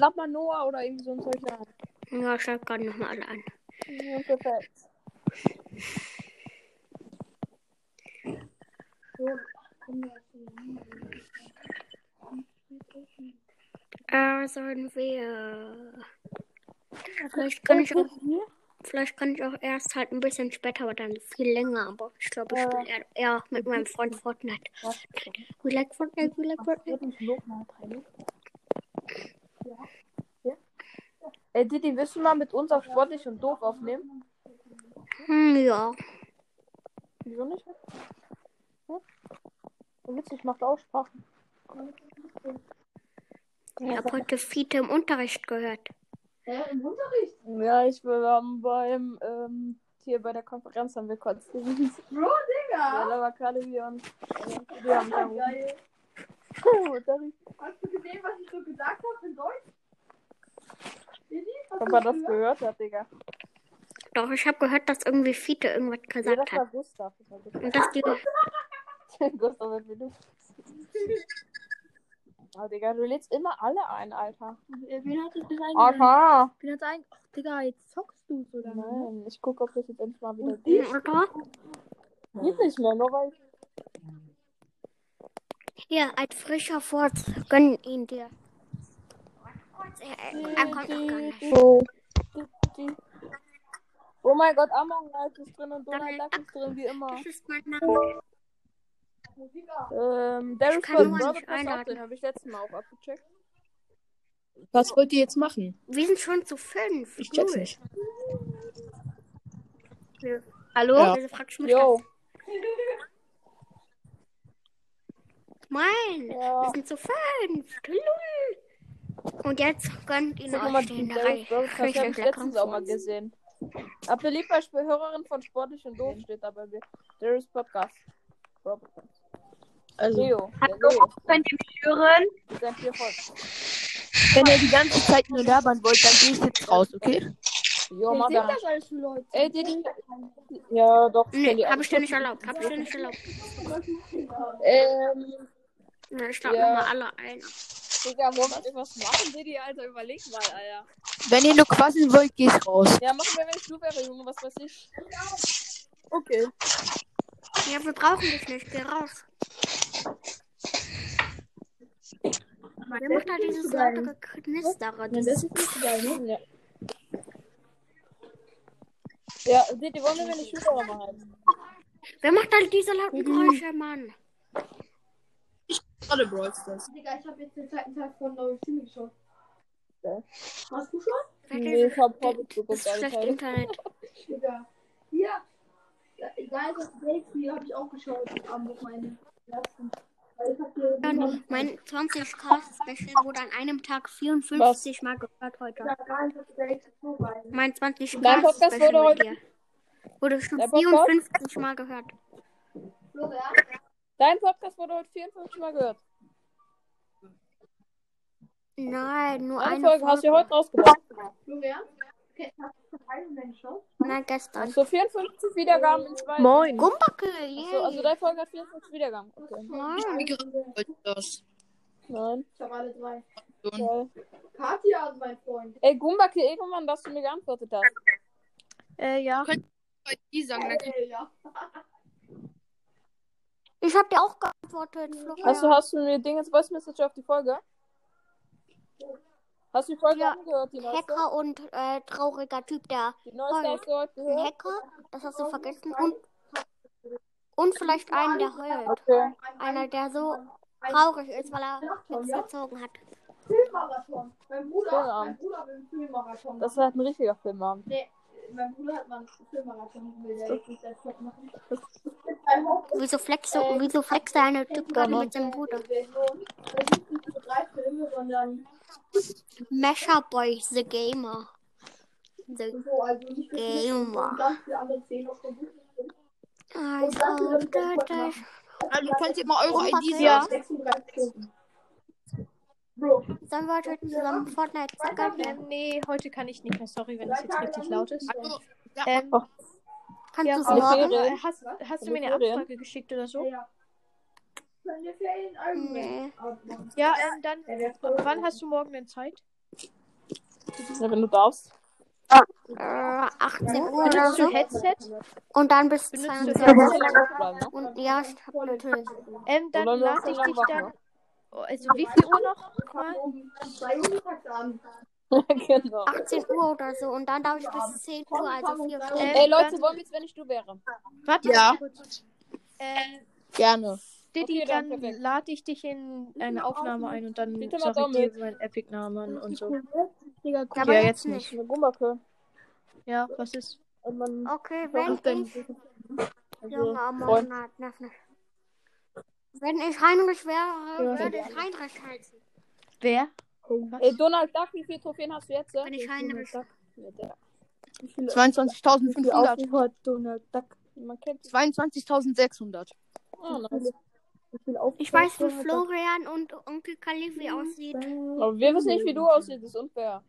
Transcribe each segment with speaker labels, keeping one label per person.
Speaker 1: lad mal Noah oder irgendwie so ein Zeug an.
Speaker 2: Ja, ich schreib gerade nochmal alle an.
Speaker 1: Ja, perfekt.
Speaker 2: Äh, sollen wir. Vielleicht kann ich auch, vielleicht kann ich auch erst halt ein bisschen später, aber dann viel länger. Aber ich glaube, ich spiele eher, eher mit meinem Freund Fortnite. We like Fortnite, we like Fortnite.
Speaker 1: Ey, Didi, willst du mal mit uns auf sportlich und doof aufnehmen?
Speaker 2: Hm, ja.
Speaker 1: Wieso nicht? Hm? Witzig, macht auch Spaß.
Speaker 2: Ich habe heute Fiete im Unterricht gehört.
Speaker 1: Ja, ich will haben beim, ähm, hier bei der Konferenz haben wir kurz gesehen.
Speaker 3: Bro,
Speaker 1: Ja,
Speaker 3: Digga!
Speaker 1: da war gerade wieder ein. Wir haben da
Speaker 3: Geil.
Speaker 1: Oh, da riecht-
Speaker 3: Hast du gesehen, was ich so gesagt habe in Deutsch? Didi? Hast
Speaker 1: Ob er
Speaker 3: du
Speaker 1: das gehört hat, Digga.
Speaker 2: Doch, ich habe gehört, dass irgendwie Fiete irgendwas
Speaker 1: Nee, das
Speaker 2: gesagt
Speaker 1: war
Speaker 2: hat.
Speaker 1: Gustav. Das war Gustav.
Speaker 2: Und dass die.
Speaker 1: Gustav hat mir Oh, Digga, du lädst immer alle ein, Alter.
Speaker 3: Wen hat das gesagt?
Speaker 1: Aha.
Speaker 3: Wen hat ein. Ach, Digga, jetzt zockst du so
Speaker 1: Nein, ich gucke, ob das jetzt endlich mal wieder geht.
Speaker 2: Oder?
Speaker 1: Geht nicht mehr, nur weil.
Speaker 2: Hier, ein frischer Furz. Gönn ihn dir. Er,
Speaker 1: Ah,
Speaker 2: er kommt auch gar nicht.
Speaker 1: Oh. Oh mein Gott, Among Us ist drin und Donald Duck ist drin, wie immer.
Speaker 2: Das ist mein Name.
Speaker 1: Ähm, Darius
Speaker 2: kann
Speaker 1: Scott,
Speaker 2: nur
Speaker 1: Robert
Speaker 2: nicht
Speaker 1: ist auch
Speaker 2: einladen.
Speaker 1: drin, habe ich letztes Mal auch abgecheckt.
Speaker 4: Was wollt ihr jetzt machen?
Speaker 2: Wir sind schon zu fünf.
Speaker 4: Ich check's
Speaker 2: Cool.
Speaker 4: nicht.
Speaker 2: Hallo?
Speaker 4: Ja.
Speaker 2: Also fragst du mich
Speaker 1: Yo.
Speaker 2: das? Nein,
Speaker 1: Ja.
Speaker 2: wir sind zu fünf. Lul. Und jetzt gönnt ihn
Speaker 1: Guck mal,
Speaker 2: euch
Speaker 1: die
Speaker 2: die
Speaker 1: Darius Burgers, das habe ich
Speaker 2: richtig leckeren
Speaker 1: letztens auch mal
Speaker 2: Furz.
Speaker 1: gesehen. Ab beliebter Hörerin von Sportlich und Doof steht da bei mir. Darius Podcast. Robert.
Speaker 4: Also,
Speaker 1: Leo. Der Leo.
Speaker 3: Könnt ihr mich hören?
Speaker 1: Mit seinen vier Folgen.
Speaker 4: wenn ihr die ganze Zeit nur labern wollt, dann gehe ich jetzt raus, okay?
Speaker 1: Jo,
Speaker 3: Wer
Speaker 1: mach
Speaker 3: sind
Speaker 1: da.
Speaker 3: das alles für Leute?
Speaker 1: Ey, Didi. Ja, doch. stell
Speaker 2: Nee,
Speaker 1: die
Speaker 2: hab
Speaker 1: an.
Speaker 2: ich dir nicht erlaubt. Hab ich dir nicht erlaubt.
Speaker 1: Ähm,
Speaker 2: Na, Ich lade
Speaker 1: Ja.
Speaker 2: nochmal alle ein.
Speaker 1: Digga, wollen wir irgendwas machen, Didi, Alter? Überleg mal, Alter.
Speaker 4: Wenn ihr nur quasseln wollt, gehe ich raus.
Speaker 1: Ja, machen wir, wenn ich du wäre, Junge, was weiß ich.
Speaker 4: Okay.
Speaker 2: Ja, wir brauchen dich nicht. Geh raus. Wer macht da dieses laute Geknistere? Dieses
Speaker 1: Ja. Ja, Didi, wollen wir, wenn ich du wäre, machen?
Speaker 2: Wer macht da diese lauten
Speaker 1: Mhm.
Speaker 2: Geräusche, Mann?
Speaker 4: Alle Brawl Stars.
Speaker 3: Digga, ich hab jetzt den zweiten Teil von Neue Stimme geschaut.
Speaker 1: Ja.
Speaker 3: Hast du schon?
Speaker 2: Wer
Speaker 1: Nee, ich
Speaker 2: hat
Speaker 1: hab
Speaker 2: das
Speaker 1: Hobbit
Speaker 2: das
Speaker 1: geguckt,
Speaker 2: ist schlecht
Speaker 1: Alter.
Speaker 2: Internet.
Speaker 3: Digga. Hier. Ja, egal, das Weltspiel hab ich auch geschaut am Wochenende. Letzten. Weil ich hab hier
Speaker 2: Dann Mein 20k-Special wurde an einem Tag 54 Mal gehört heute.
Speaker 3: egal, das Weltspiel vorbei.
Speaker 2: Mein
Speaker 1: Dein Podcast
Speaker 2: 20k-Special
Speaker 1: wurde
Speaker 2: mit
Speaker 1: heute-
Speaker 2: dir. Wurde schon
Speaker 1: Dein Podcast?
Speaker 2: 54 Mal gehört.
Speaker 3: Florian?
Speaker 1: Dein Podcast wurde heute 54 Mal gehört.
Speaker 2: Nein, nur
Speaker 1: Eine
Speaker 2: eine
Speaker 1: Folge hast du
Speaker 2: Folge.
Speaker 1: heute rausgebracht.
Speaker 3: Florian? Okay, hast du schon einen Mensch schon?
Speaker 2: Nein, gestern.
Speaker 1: So 54 Wiedergaben in zwei.
Speaker 4: Moin.
Speaker 2: Gumbacke, yay.
Speaker 1: So, also deine Folge hat 54 Wiedergaben. Okay.
Speaker 2: Nein.
Speaker 4: Brawl Stars.
Speaker 1: Nein.
Speaker 3: Ich hab alle drei.
Speaker 1: Geil.
Speaker 3: Katja, mein Freund.
Speaker 1: Ey, Gumbacke, irgendwann, dass du mir geantwortet hast.
Speaker 4: Äh, ja. Könnt ihr die sagen, dann
Speaker 3: Äh, ja.
Speaker 2: Ich hab dir auch geantwortet, Florian.
Speaker 1: Hast du, hast du mir Dingens Voice Message auf die Folge? Hast du die Folge
Speaker 2: Ja.
Speaker 1: angehört, die neueste?
Speaker 2: Hacker und äh, trauriger Typ, der
Speaker 1: Die neueste hast du heute
Speaker 2: ein
Speaker 1: gehört?
Speaker 2: Hacker, das hast du vergessen. Und, und vielleicht einen, der heult.
Speaker 1: Okay.
Speaker 2: Einer, der so traurig ist, weil er nichts gezogen hat.
Speaker 3: Filmmarathon. Mein Bruder, mein
Speaker 1: Filmabend.
Speaker 3: Bruder will einen Filmmarathon.
Speaker 1: Das ist halt ein richtiger Filmabend.
Speaker 3: nee, mein Bruder hat mal einen Filmmarathon will der jetzt nicht selbst machen. Bei Hope
Speaker 2: Wieso flext, du, wieso flext der eine Typ gerade mit seinem Bruder?
Speaker 3: Version. Da gibt nicht nur drei Filme, sondern
Speaker 2: Mesher Boy, The Gamer. The
Speaker 3: so, also nicht wirklich. Und
Speaker 2: Gamer.
Speaker 3: ganz viele andere Szenen auch schon gut.
Speaker 2: Also, da, da.
Speaker 4: Also könnt ihr mal eure
Speaker 2: Gumbacke.
Speaker 4: ID sagen.
Speaker 3: 36 Stunden. Bro,
Speaker 2: Sollen wir heute zusammen Fortnite zocken?
Speaker 5: Ähm, nee, heute kann ich nicht mehr. Sorry, wenn
Speaker 3: drei
Speaker 5: es jetzt
Speaker 3: Tage
Speaker 5: richtig
Speaker 3: lang
Speaker 5: laut ist.
Speaker 4: Also,
Speaker 5: Ähm, ja,
Speaker 2: Kannst du
Speaker 5: aber-
Speaker 2: es
Speaker 1: Eine
Speaker 2: machen?
Speaker 1: Ferien.
Speaker 5: aber hast, hast du mir eine
Speaker 1: Ferien.
Speaker 5: Abfrage geschickt oder so?
Speaker 3: ja. Können wir Ferien allgemein
Speaker 2: Nee.
Speaker 3: ausmachen?
Speaker 5: Ja, ähm, dann.
Speaker 3: Ja, wir-
Speaker 5: Wann hast du morgen denn Zeit?
Speaker 1: Ja, wenn du darfst.
Speaker 2: Äh, 18 Uhr oder
Speaker 5: Benutzt du
Speaker 2: so.
Speaker 5: Headset? Ähm,
Speaker 2: Und dann bis
Speaker 5: Benutzt du
Speaker 2: 22
Speaker 1: Bleiben,
Speaker 2: Uhr.
Speaker 5: Headset?
Speaker 1: ne?
Speaker 2: Und ja, ich hab natürlich.
Speaker 5: Ähm, dann
Speaker 1: Oder
Speaker 5: lade ich
Speaker 1: lass
Speaker 5: dich
Speaker 1: ihn
Speaker 5: dann.
Speaker 1: machen.
Speaker 5: Oh, Also wie viel Uhr noch? Mal?
Speaker 3: Um 2 Uhr Mittagabend.
Speaker 1: genau.
Speaker 2: 18 Uhr oder so. Und dann darf ich bis 10 Uhr, also 4 Stunden.
Speaker 5: Ähm,
Speaker 1: Ey, Leute,
Speaker 5: dann-
Speaker 1: wollen wir jetzt, wenn ich du wäre?
Speaker 5: Warte
Speaker 4: Ja.
Speaker 5: mal kurz. Ähm,
Speaker 4: Gerne.
Speaker 5: Diddy,
Speaker 1: Okay, dann
Speaker 5: dann
Speaker 1: perfekt.
Speaker 5: lade ich dich in eine Aufnahme ein und dann
Speaker 1: Bitte mal
Speaker 5: sag ich dir
Speaker 1: damit.
Speaker 5: meinen Epic-Namen und so.
Speaker 4: Digga,
Speaker 2: Ja,
Speaker 4: guck
Speaker 2: aber
Speaker 5: Ja,
Speaker 2: jetzt
Speaker 5: jetzt
Speaker 2: nicht.
Speaker 1: Eine Gummacke.
Speaker 5: Ja, was ist?
Speaker 1: Und man
Speaker 2: Okay,
Speaker 1: Doch,
Speaker 2: wenn
Speaker 1: dann-
Speaker 2: ich. Junge, oh am
Speaker 1: Also, Freund.
Speaker 2: Monat, ne, ne. Wenn ich Heinrich wäre,
Speaker 5: Ja.
Speaker 2: würde ich Heinrich heißen.
Speaker 5: Wer?
Speaker 1: Ey, Donald Duck, wie viele Trophäen hast du jetzt?
Speaker 2: Wenn ich Heinrich.
Speaker 1: Ja, der.
Speaker 4: 22.500.
Speaker 1: Aufgehört, Donald Duck. Man kennt sich.
Speaker 4: 22.600.
Speaker 1: Ah, nice.
Speaker 2: Ich weiß, wie Florian und Onkel Kalifi aussieht.
Speaker 1: Aber wir wissen nicht, wie du aussiehst. Das ist unfair.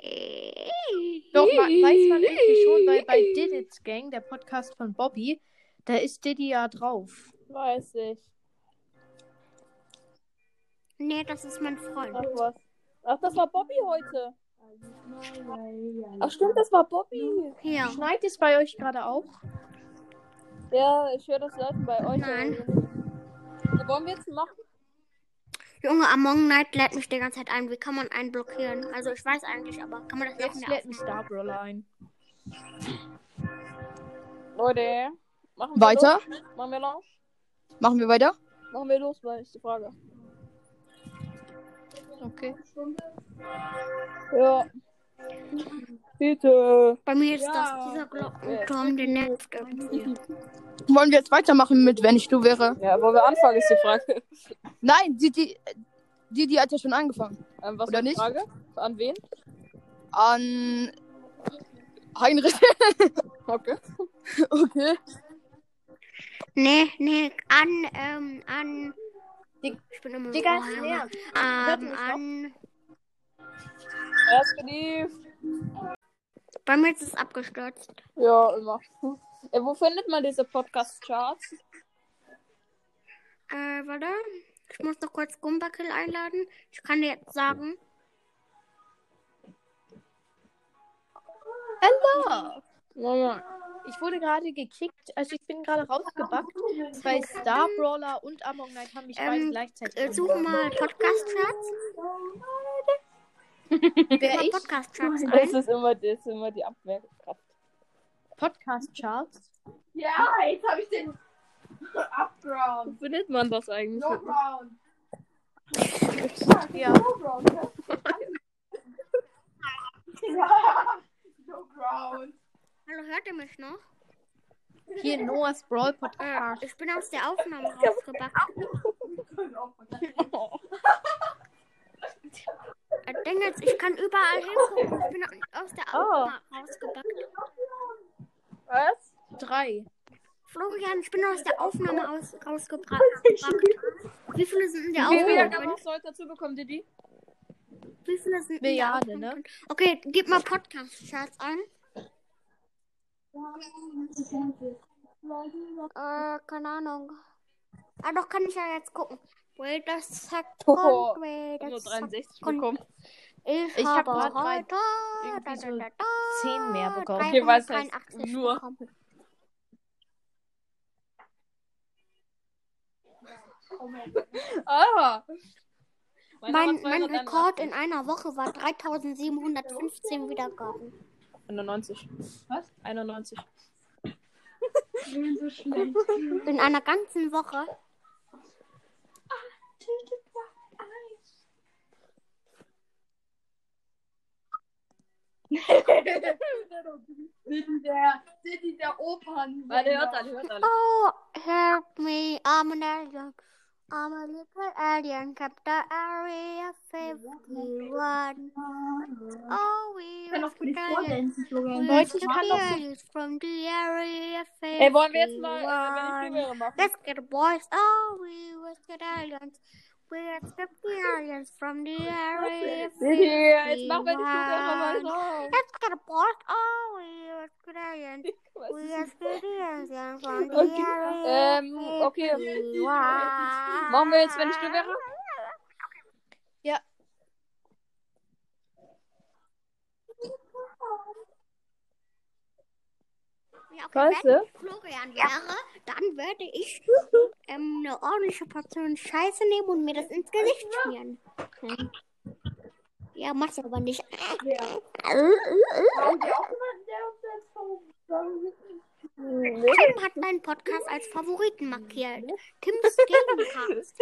Speaker 2: Äh,
Speaker 5: Doch, ma weiß man eigentlich schon, weil bei Didits Gang, der Podcast von Bobby, da ist Diddy ja drauf.
Speaker 1: Weiß ich.
Speaker 2: Nee, das ist mein Freund.
Speaker 1: Ach was. Ach, das war Bobby heute. Ach stimmt, das war Bobby.
Speaker 2: Hier.
Speaker 5: Schneit es bei euch gerade auch?
Speaker 1: Ja, ich höre das Leuten bei euch.
Speaker 2: Nein.
Speaker 1: Ja, Wollen wir jetzt machen?
Speaker 2: Junge, Among Knight lädt mich die ganze Zeit ein. Wie kann man einen blockieren? Also, ich weiß eigentlich, aber kann man das auch
Speaker 5: Jetzt lädt ein
Speaker 2: nicht
Speaker 5: Starbrawler ein.
Speaker 1: Leute. Machen wir
Speaker 4: Weiter?
Speaker 1: Los? Machen wir los?
Speaker 4: Machen wir weiter?
Speaker 1: Machen wir los, weil ist die Frage.
Speaker 5: Okay.
Speaker 1: Ja. Bitte.
Speaker 2: Bei mir ist
Speaker 1: Ja.
Speaker 2: das dieser Glockenturm, der nervt irgendwie.
Speaker 4: Wollen wir jetzt weitermachen mit, wenn ich du wäre?
Speaker 1: Ja, wollen wir anfangen, ist die Frage.
Speaker 4: Nein, die, die, die, die hat ja schon angefangen.
Speaker 1: Ähm, was
Speaker 4: Oder
Speaker 1: war die
Speaker 4: nicht?
Speaker 1: Frage? An wen?
Speaker 4: An Heinrich.
Speaker 1: Okay.
Speaker 4: Okay.
Speaker 2: Nee, nee, an, ähm, an. Ich bin immer
Speaker 5: Digga,
Speaker 2: oh,
Speaker 5: es
Speaker 2: Junge.
Speaker 5: nervt. Hört ihr
Speaker 2: Ähm,
Speaker 5: mich
Speaker 2: an.
Speaker 1: Erst geliebt.
Speaker 2: Bei mir ist es abgestürzt.
Speaker 1: Ja, immer. Ey, wo findet man diese Podcast-Charts?
Speaker 2: Äh, warte. Ich muss noch kurz Gumbakill einladen. Ich kann dir jetzt sagen.
Speaker 5: Hello!
Speaker 1: Mama.
Speaker 5: Ich wurde gerade gekickt, also ich bin gerade rausgebackt, weil Starbrawler und Among Knight haben mich beide
Speaker 2: Ähm, Äh,
Speaker 5: gleichzeitig.
Speaker 2: such mal Podcast-Charts.
Speaker 5: Wer
Speaker 2: Mal
Speaker 5: ich?
Speaker 2: Podcast-Charts
Speaker 1: Das
Speaker 2: äh, ein.
Speaker 1: ist immer, das ist immer die Abwehrkraft.
Speaker 5: Podcast-Charts?
Speaker 3: Ja, jetzt habe ich den Upground.
Speaker 1: findet man das eigentlich?
Speaker 3: No Ground.
Speaker 5: Ja.
Speaker 3: No Ground. ne? Ja. No Ground.
Speaker 2: Hallo, hört ihr mich noch?
Speaker 5: Hier Noah's Brawl Podcast.
Speaker 2: Äh, ich bin aus der Aufnahme rausgebackt. Äh, Ding jetzt, ich kann überall hingucken. Ich bin aus der
Speaker 5: Oh.
Speaker 2: Aufnahme rausgebackt.
Speaker 1: Was?
Speaker 5: Drei.
Speaker 2: Florian, ich bin aus der Aufnahme aus, rausgebackt. Wie viele sind in der
Speaker 1: Wie viele
Speaker 2: Aufnahme?
Speaker 1: haben wir heute dazu bekommen, Didi?
Speaker 2: Wie viele sind in der
Speaker 5: Milliarde,
Speaker 2: Aufnahme?
Speaker 5: ne?
Speaker 2: Okay, gib mal Podcast-Charts an. Äh, keine Ahnung. Ah, doch, kann ich ja jetzt gucken. Wait a second,
Speaker 1: Oh,
Speaker 2: wait a
Speaker 1: Nur
Speaker 2: second.
Speaker 1: 63 bekommen.
Speaker 2: Ich,
Speaker 5: Ich hab
Speaker 2: habe
Speaker 5: grad drei-
Speaker 2: heute
Speaker 5: irgendwie so
Speaker 2: da, da, da,
Speaker 5: zehn mehr bekommen.
Speaker 1: Okay, was heißt
Speaker 2: 383
Speaker 1: nur?
Speaker 2: bekommen.
Speaker 1: Ah!
Speaker 2: Mein, mein Rekord in einer Woche war 3715 Wiedergaben.
Speaker 1: 91. Was? 91.
Speaker 2: In einer ganzen Woche.
Speaker 3: Sind der, sind der Opern.
Speaker 1: Warte, hört alle, hört alle.
Speaker 2: Oh, help me, I'm an alien. I'm a little alien, Captain Area 51. Oh, we
Speaker 3: kann auch für die Vordancen sogar.
Speaker 2: We
Speaker 5: Leute,
Speaker 2: used to
Speaker 5: kann
Speaker 2: be
Speaker 5: doch so-
Speaker 2: aliens from the Area 51.
Speaker 1: Ey, wollen wir jetzt mal, äh, wenn ich Premiere machen?
Speaker 2: Let's get the boys. Oh, we was get aliens. We escaped the aliens from the area.
Speaker 1: Ja, jetzt machen wir die Schule
Speaker 2: 51.
Speaker 1: einfach
Speaker 2: Let's get the boys. Oh, we was get aliens. We
Speaker 1: weiter.
Speaker 2: escaped the aliens from the
Speaker 1: Okay,
Speaker 2: area.
Speaker 1: Ähm, okay.
Speaker 2: 51.
Speaker 1: Machen wir jetzt, wenn ich du wäre?
Speaker 5: Ja.
Speaker 2: Ja, okay,
Speaker 1: Weißt
Speaker 2: wenn
Speaker 1: du?
Speaker 2: ich Florian wäre, dann würde ich ähm, eine ordentliche Portion Scheiße nehmen und mir das ins Gesicht schmieren. Hm. Ja, mach's aber nicht.
Speaker 3: Haben die auch jemanden, der uns jetzt vom Song
Speaker 2: Tim hat meinen Podcast als Favoriten markiert. Tim's Gamecast.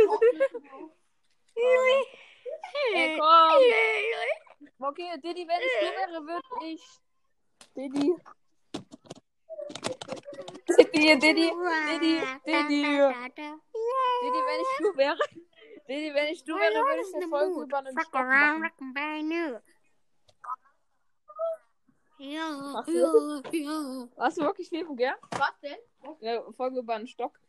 Speaker 1: Ja, komm. Okay, Diddy, wenn ich du wäre, würde ich. Diddy. Diddy, Diddy, Diddy, Diddy. Didi, wenn ich du wäre. Didi, wenn ich du wäre, würde ich eine Folge über einen
Speaker 2: Fuck
Speaker 1: Stock machen.
Speaker 2: around, rock and buy new. Ja,
Speaker 1: Machst
Speaker 2: ja, ja.
Speaker 1: Hast du wirklich Leben, gell?
Speaker 3: Was denn?
Speaker 1: Eine Folge über einen Stock.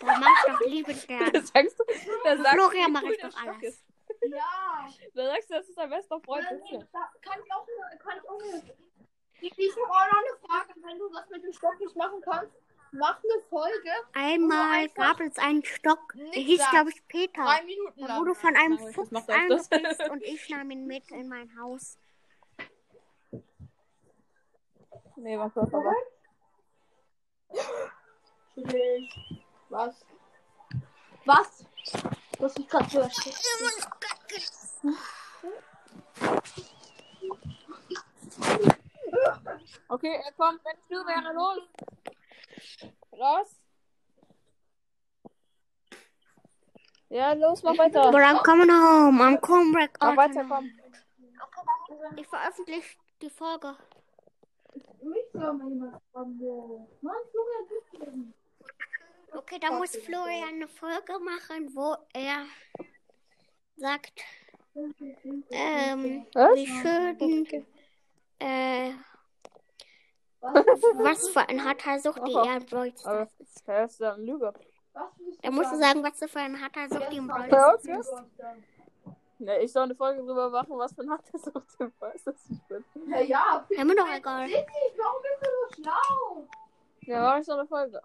Speaker 2: Da mach doch liebe Sterne.
Speaker 1: Da sagst du, da sagst
Speaker 2: Florian,
Speaker 1: du,
Speaker 2: mach
Speaker 1: wie cool
Speaker 2: ich
Speaker 1: der
Speaker 2: doch
Speaker 1: Stock
Speaker 2: alles.
Speaker 1: ist.
Speaker 3: Ja.
Speaker 1: Da sagst du, das ist dein bester Freund.
Speaker 3: Oder
Speaker 1: Ist
Speaker 3: nee,
Speaker 1: er.
Speaker 3: da kann ich auch eine, kann ich auch eine. Ich habe auch noch eine Frage, wenn du das mit dem Stock nicht machen kannst, mach eine Folge,
Speaker 2: Einmal gab es einen Stock, der
Speaker 3: Nichts
Speaker 2: hieß,
Speaker 3: sagen.
Speaker 2: glaube ich, Peter.
Speaker 3: drei Minuten
Speaker 2: Er
Speaker 3: lang.
Speaker 2: wurde von einem
Speaker 1: Das
Speaker 2: Fuchs
Speaker 1: macht er öfters.
Speaker 2: angepisst und ich nahm ihn mit in mein Haus.
Speaker 1: Nee, was war's aber.
Speaker 3: Was? Was? Was ich gerade so
Speaker 1: Okay, er kommt, wenn ich du wäre, los. Raus. Ja, los, mach weiter.
Speaker 2: But I'm coming home, I'm coming back.
Speaker 1: Mach
Speaker 2: out
Speaker 1: weiter, komm.
Speaker 2: tonight. Ich veröffentliche die Folge.
Speaker 3: Mich soll mal jemand fragen, wo. Mann, Florian, du bist denn?
Speaker 2: Okay, da muss Florian eine Folge machen, wo er sagt, ähm,
Speaker 1: Was?
Speaker 2: wie schön, äh, was für ein harter Sucht die er in Brawl Stars
Speaker 1: Aber er ist ja ein Lüge.
Speaker 3: Was willst
Speaker 2: Er musste sagen, was du für ein harter Sucht die in
Speaker 1: Ja,
Speaker 2: Brawl Stars
Speaker 1: okay.
Speaker 2: bist.
Speaker 1: Ne, ich soll eine Folge drüber machen, was für ein harter Sucht im Weiß ist. Ich bin.
Speaker 3: Ja, ja,
Speaker 2: Ja, mir doch egal.
Speaker 3: Sissi, warum bist du so schlau?
Speaker 1: Ja, mach ich so eine Folge.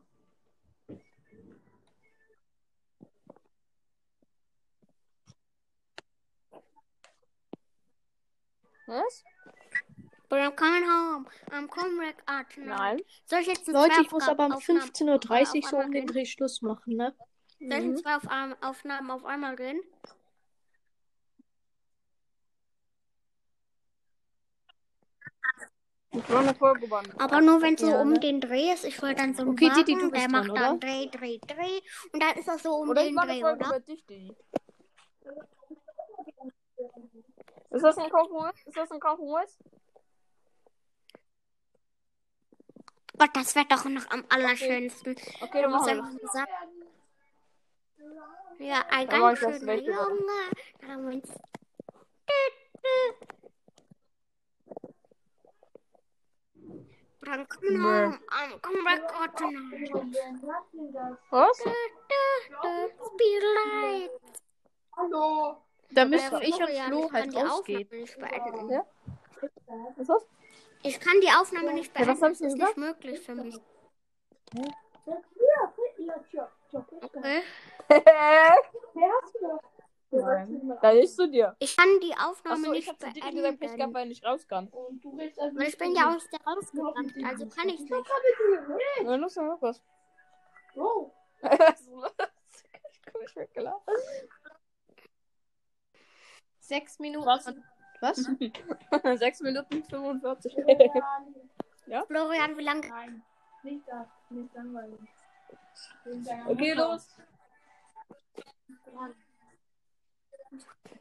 Speaker 1: Was?
Speaker 2: But I'm coming home. I'm coming back out tonight.
Speaker 1: Nein.
Speaker 2: Soll ich jetzt
Speaker 5: Leute, ich muss aber um 15.30 Uhr so um den
Speaker 2: umgehen.
Speaker 5: Dreh Schluss machen, ne?
Speaker 2: Soll
Speaker 1: Mhm.
Speaker 2: ich jetzt zwei auf, ein- Aufnahmen auf einmal gehen?
Speaker 1: Ich will eine Folge machen.
Speaker 2: Aber nur wenn so
Speaker 5: Ja,
Speaker 2: um
Speaker 5: ne?
Speaker 2: den Dreh ist. Ich wollte dann so einen
Speaker 5: Okay,
Speaker 2: Wagen,
Speaker 5: Didi, du bist
Speaker 2: der
Speaker 5: dran,
Speaker 2: macht dann
Speaker 5: oder?
Speaker 2: Dreh, Dreh, Dreh. Und dann ist das so um
Speaker 1: Oder ich
Speaker 2: den
Speaker 1: mache eine
Speaker 2: Dreh,
Speaker 1: Folge
Speaker 2: oder?
Speaker 1: über dich, Didi. Ist das ein Kompromiss? Ist das ein Kompromiss?
Speaker 2: Gott, das wäre doch noch am allerschönsten.
Speaker 1: Okay,
Speaker 2: Du
Speaker 1: dann
Speaker 2: musst
Speaker 1: machen wir das.
Speaker 2: einfach nur sagen. Ja, ein
Speaker 1: Dann mach
Speaker 2: ganz
Speaker 1: ich das
Speaker 2: schöner
Speaker 1: weg, oder?
Speaker 2: Junge. Dann haben wir uns Dann kommen
Speaker 1: Nee.
Speaker 2: ähm, wir am Come back out tonight.
Speaker 1: Was?
Speaker 2: Äh. Be light.
Speaker 3: Hallo.
Speaker 5: Da müssen
Speaker 2: Ja,
Speaker 5: ich und
Speaker 2: Florian, ich
Speaker 5: Flo
Speaker 2: kann
Speaker 5: halt
Speaker 2: die
Speaker 5: rausgehen.
Speaker 2: Aufnahme nicht beenden.
Speaker 1: Was ist
Speaker 2: Ich kann die Aufnahme nicht
Speaker 1: Ja, was
Speaker 2: beenden.
Speaker 1: hab
Speaker 2: das
Speaker 1: ich denn
Speaker 2: ist nicht möglich für mich. Okay.
Speaker 1: das? Nein. Dann nicht zu dir.
Speaker 2: Ich kann die Aufnahme
Speaker 1: Achso, ich
Speaker 2: nicht
Speaker 1: hab zu Didi gesagt, Pech gehabt,
Speaker 2: beenden.
Speaker 1: weil ich nicht raus kann.
Speaker 3: Und du redest also
Speaker 2: Weil ich bin ja aus der rausgerannt, also kann ich nicht. Hm.
Speaker 1: Dann los, dann mach was.
Speaker 3: Oh,
Speaker 1: ich komm nicht weggelassen.
Speaker 5: Sechs Minuten.
Speaker 1: Was?
Speaker 5: Was?
Speaker 1: 6 Minuten 45.
Speaker 3: Florian.
Speaker 2: Florian, wie lange?
Speaker 3: Nein, nicht das. Nicht langweilig.
Speaker 1: okay, los.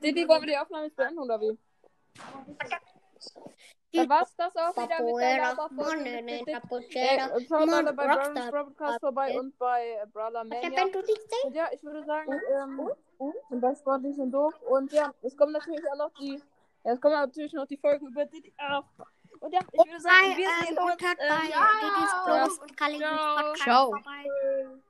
Speaker 1: Didi, wollen wir die Aufnahme jetzt beenden oder wie? Dann war's das auch wieder mit der
Speaker 2: Capoeira,
Speaker 1: Laberfolge
Speaker 2: Monne,
Speaker 1: mit
Speaker 2: ne,
Speaker 1: Didi.
Speaker 2: Capoeira,
Speaker 1: Äh, Schaut
Speaker 2: Mon,
Speaker 1: alle bei Brown's
Speaker 2: Rockstar.
Speaker 1: Broadcast vorbei und bei äh, Brother
Speaker 2: Der
Speaker 1: Mania.
Speaker 2: Band, du dich sehen?
Speaker 1: Und ja, ich würde sagen, ähm, und das sportlich und doof. Und ja, es kommen natürlich auch noch die, ja, es kommen natürlich noch die Folgen über DDR. Und ja, ich würde sagen,
Speaker 2: Hi,
Speaker 1: wir
Speaker 2: ähm,
Speaker 1: sehen
Speaker 2: und
Speaker 1: uns.
Speaker 2: hat
Speaker 1: ähm,
Speaker 2: bei Didis Blogs und Kalibis
Speaker 1: Ciao.
Speaker 2: Podcast
Speaker 5: Ciao.
Speaker 2: vorbei.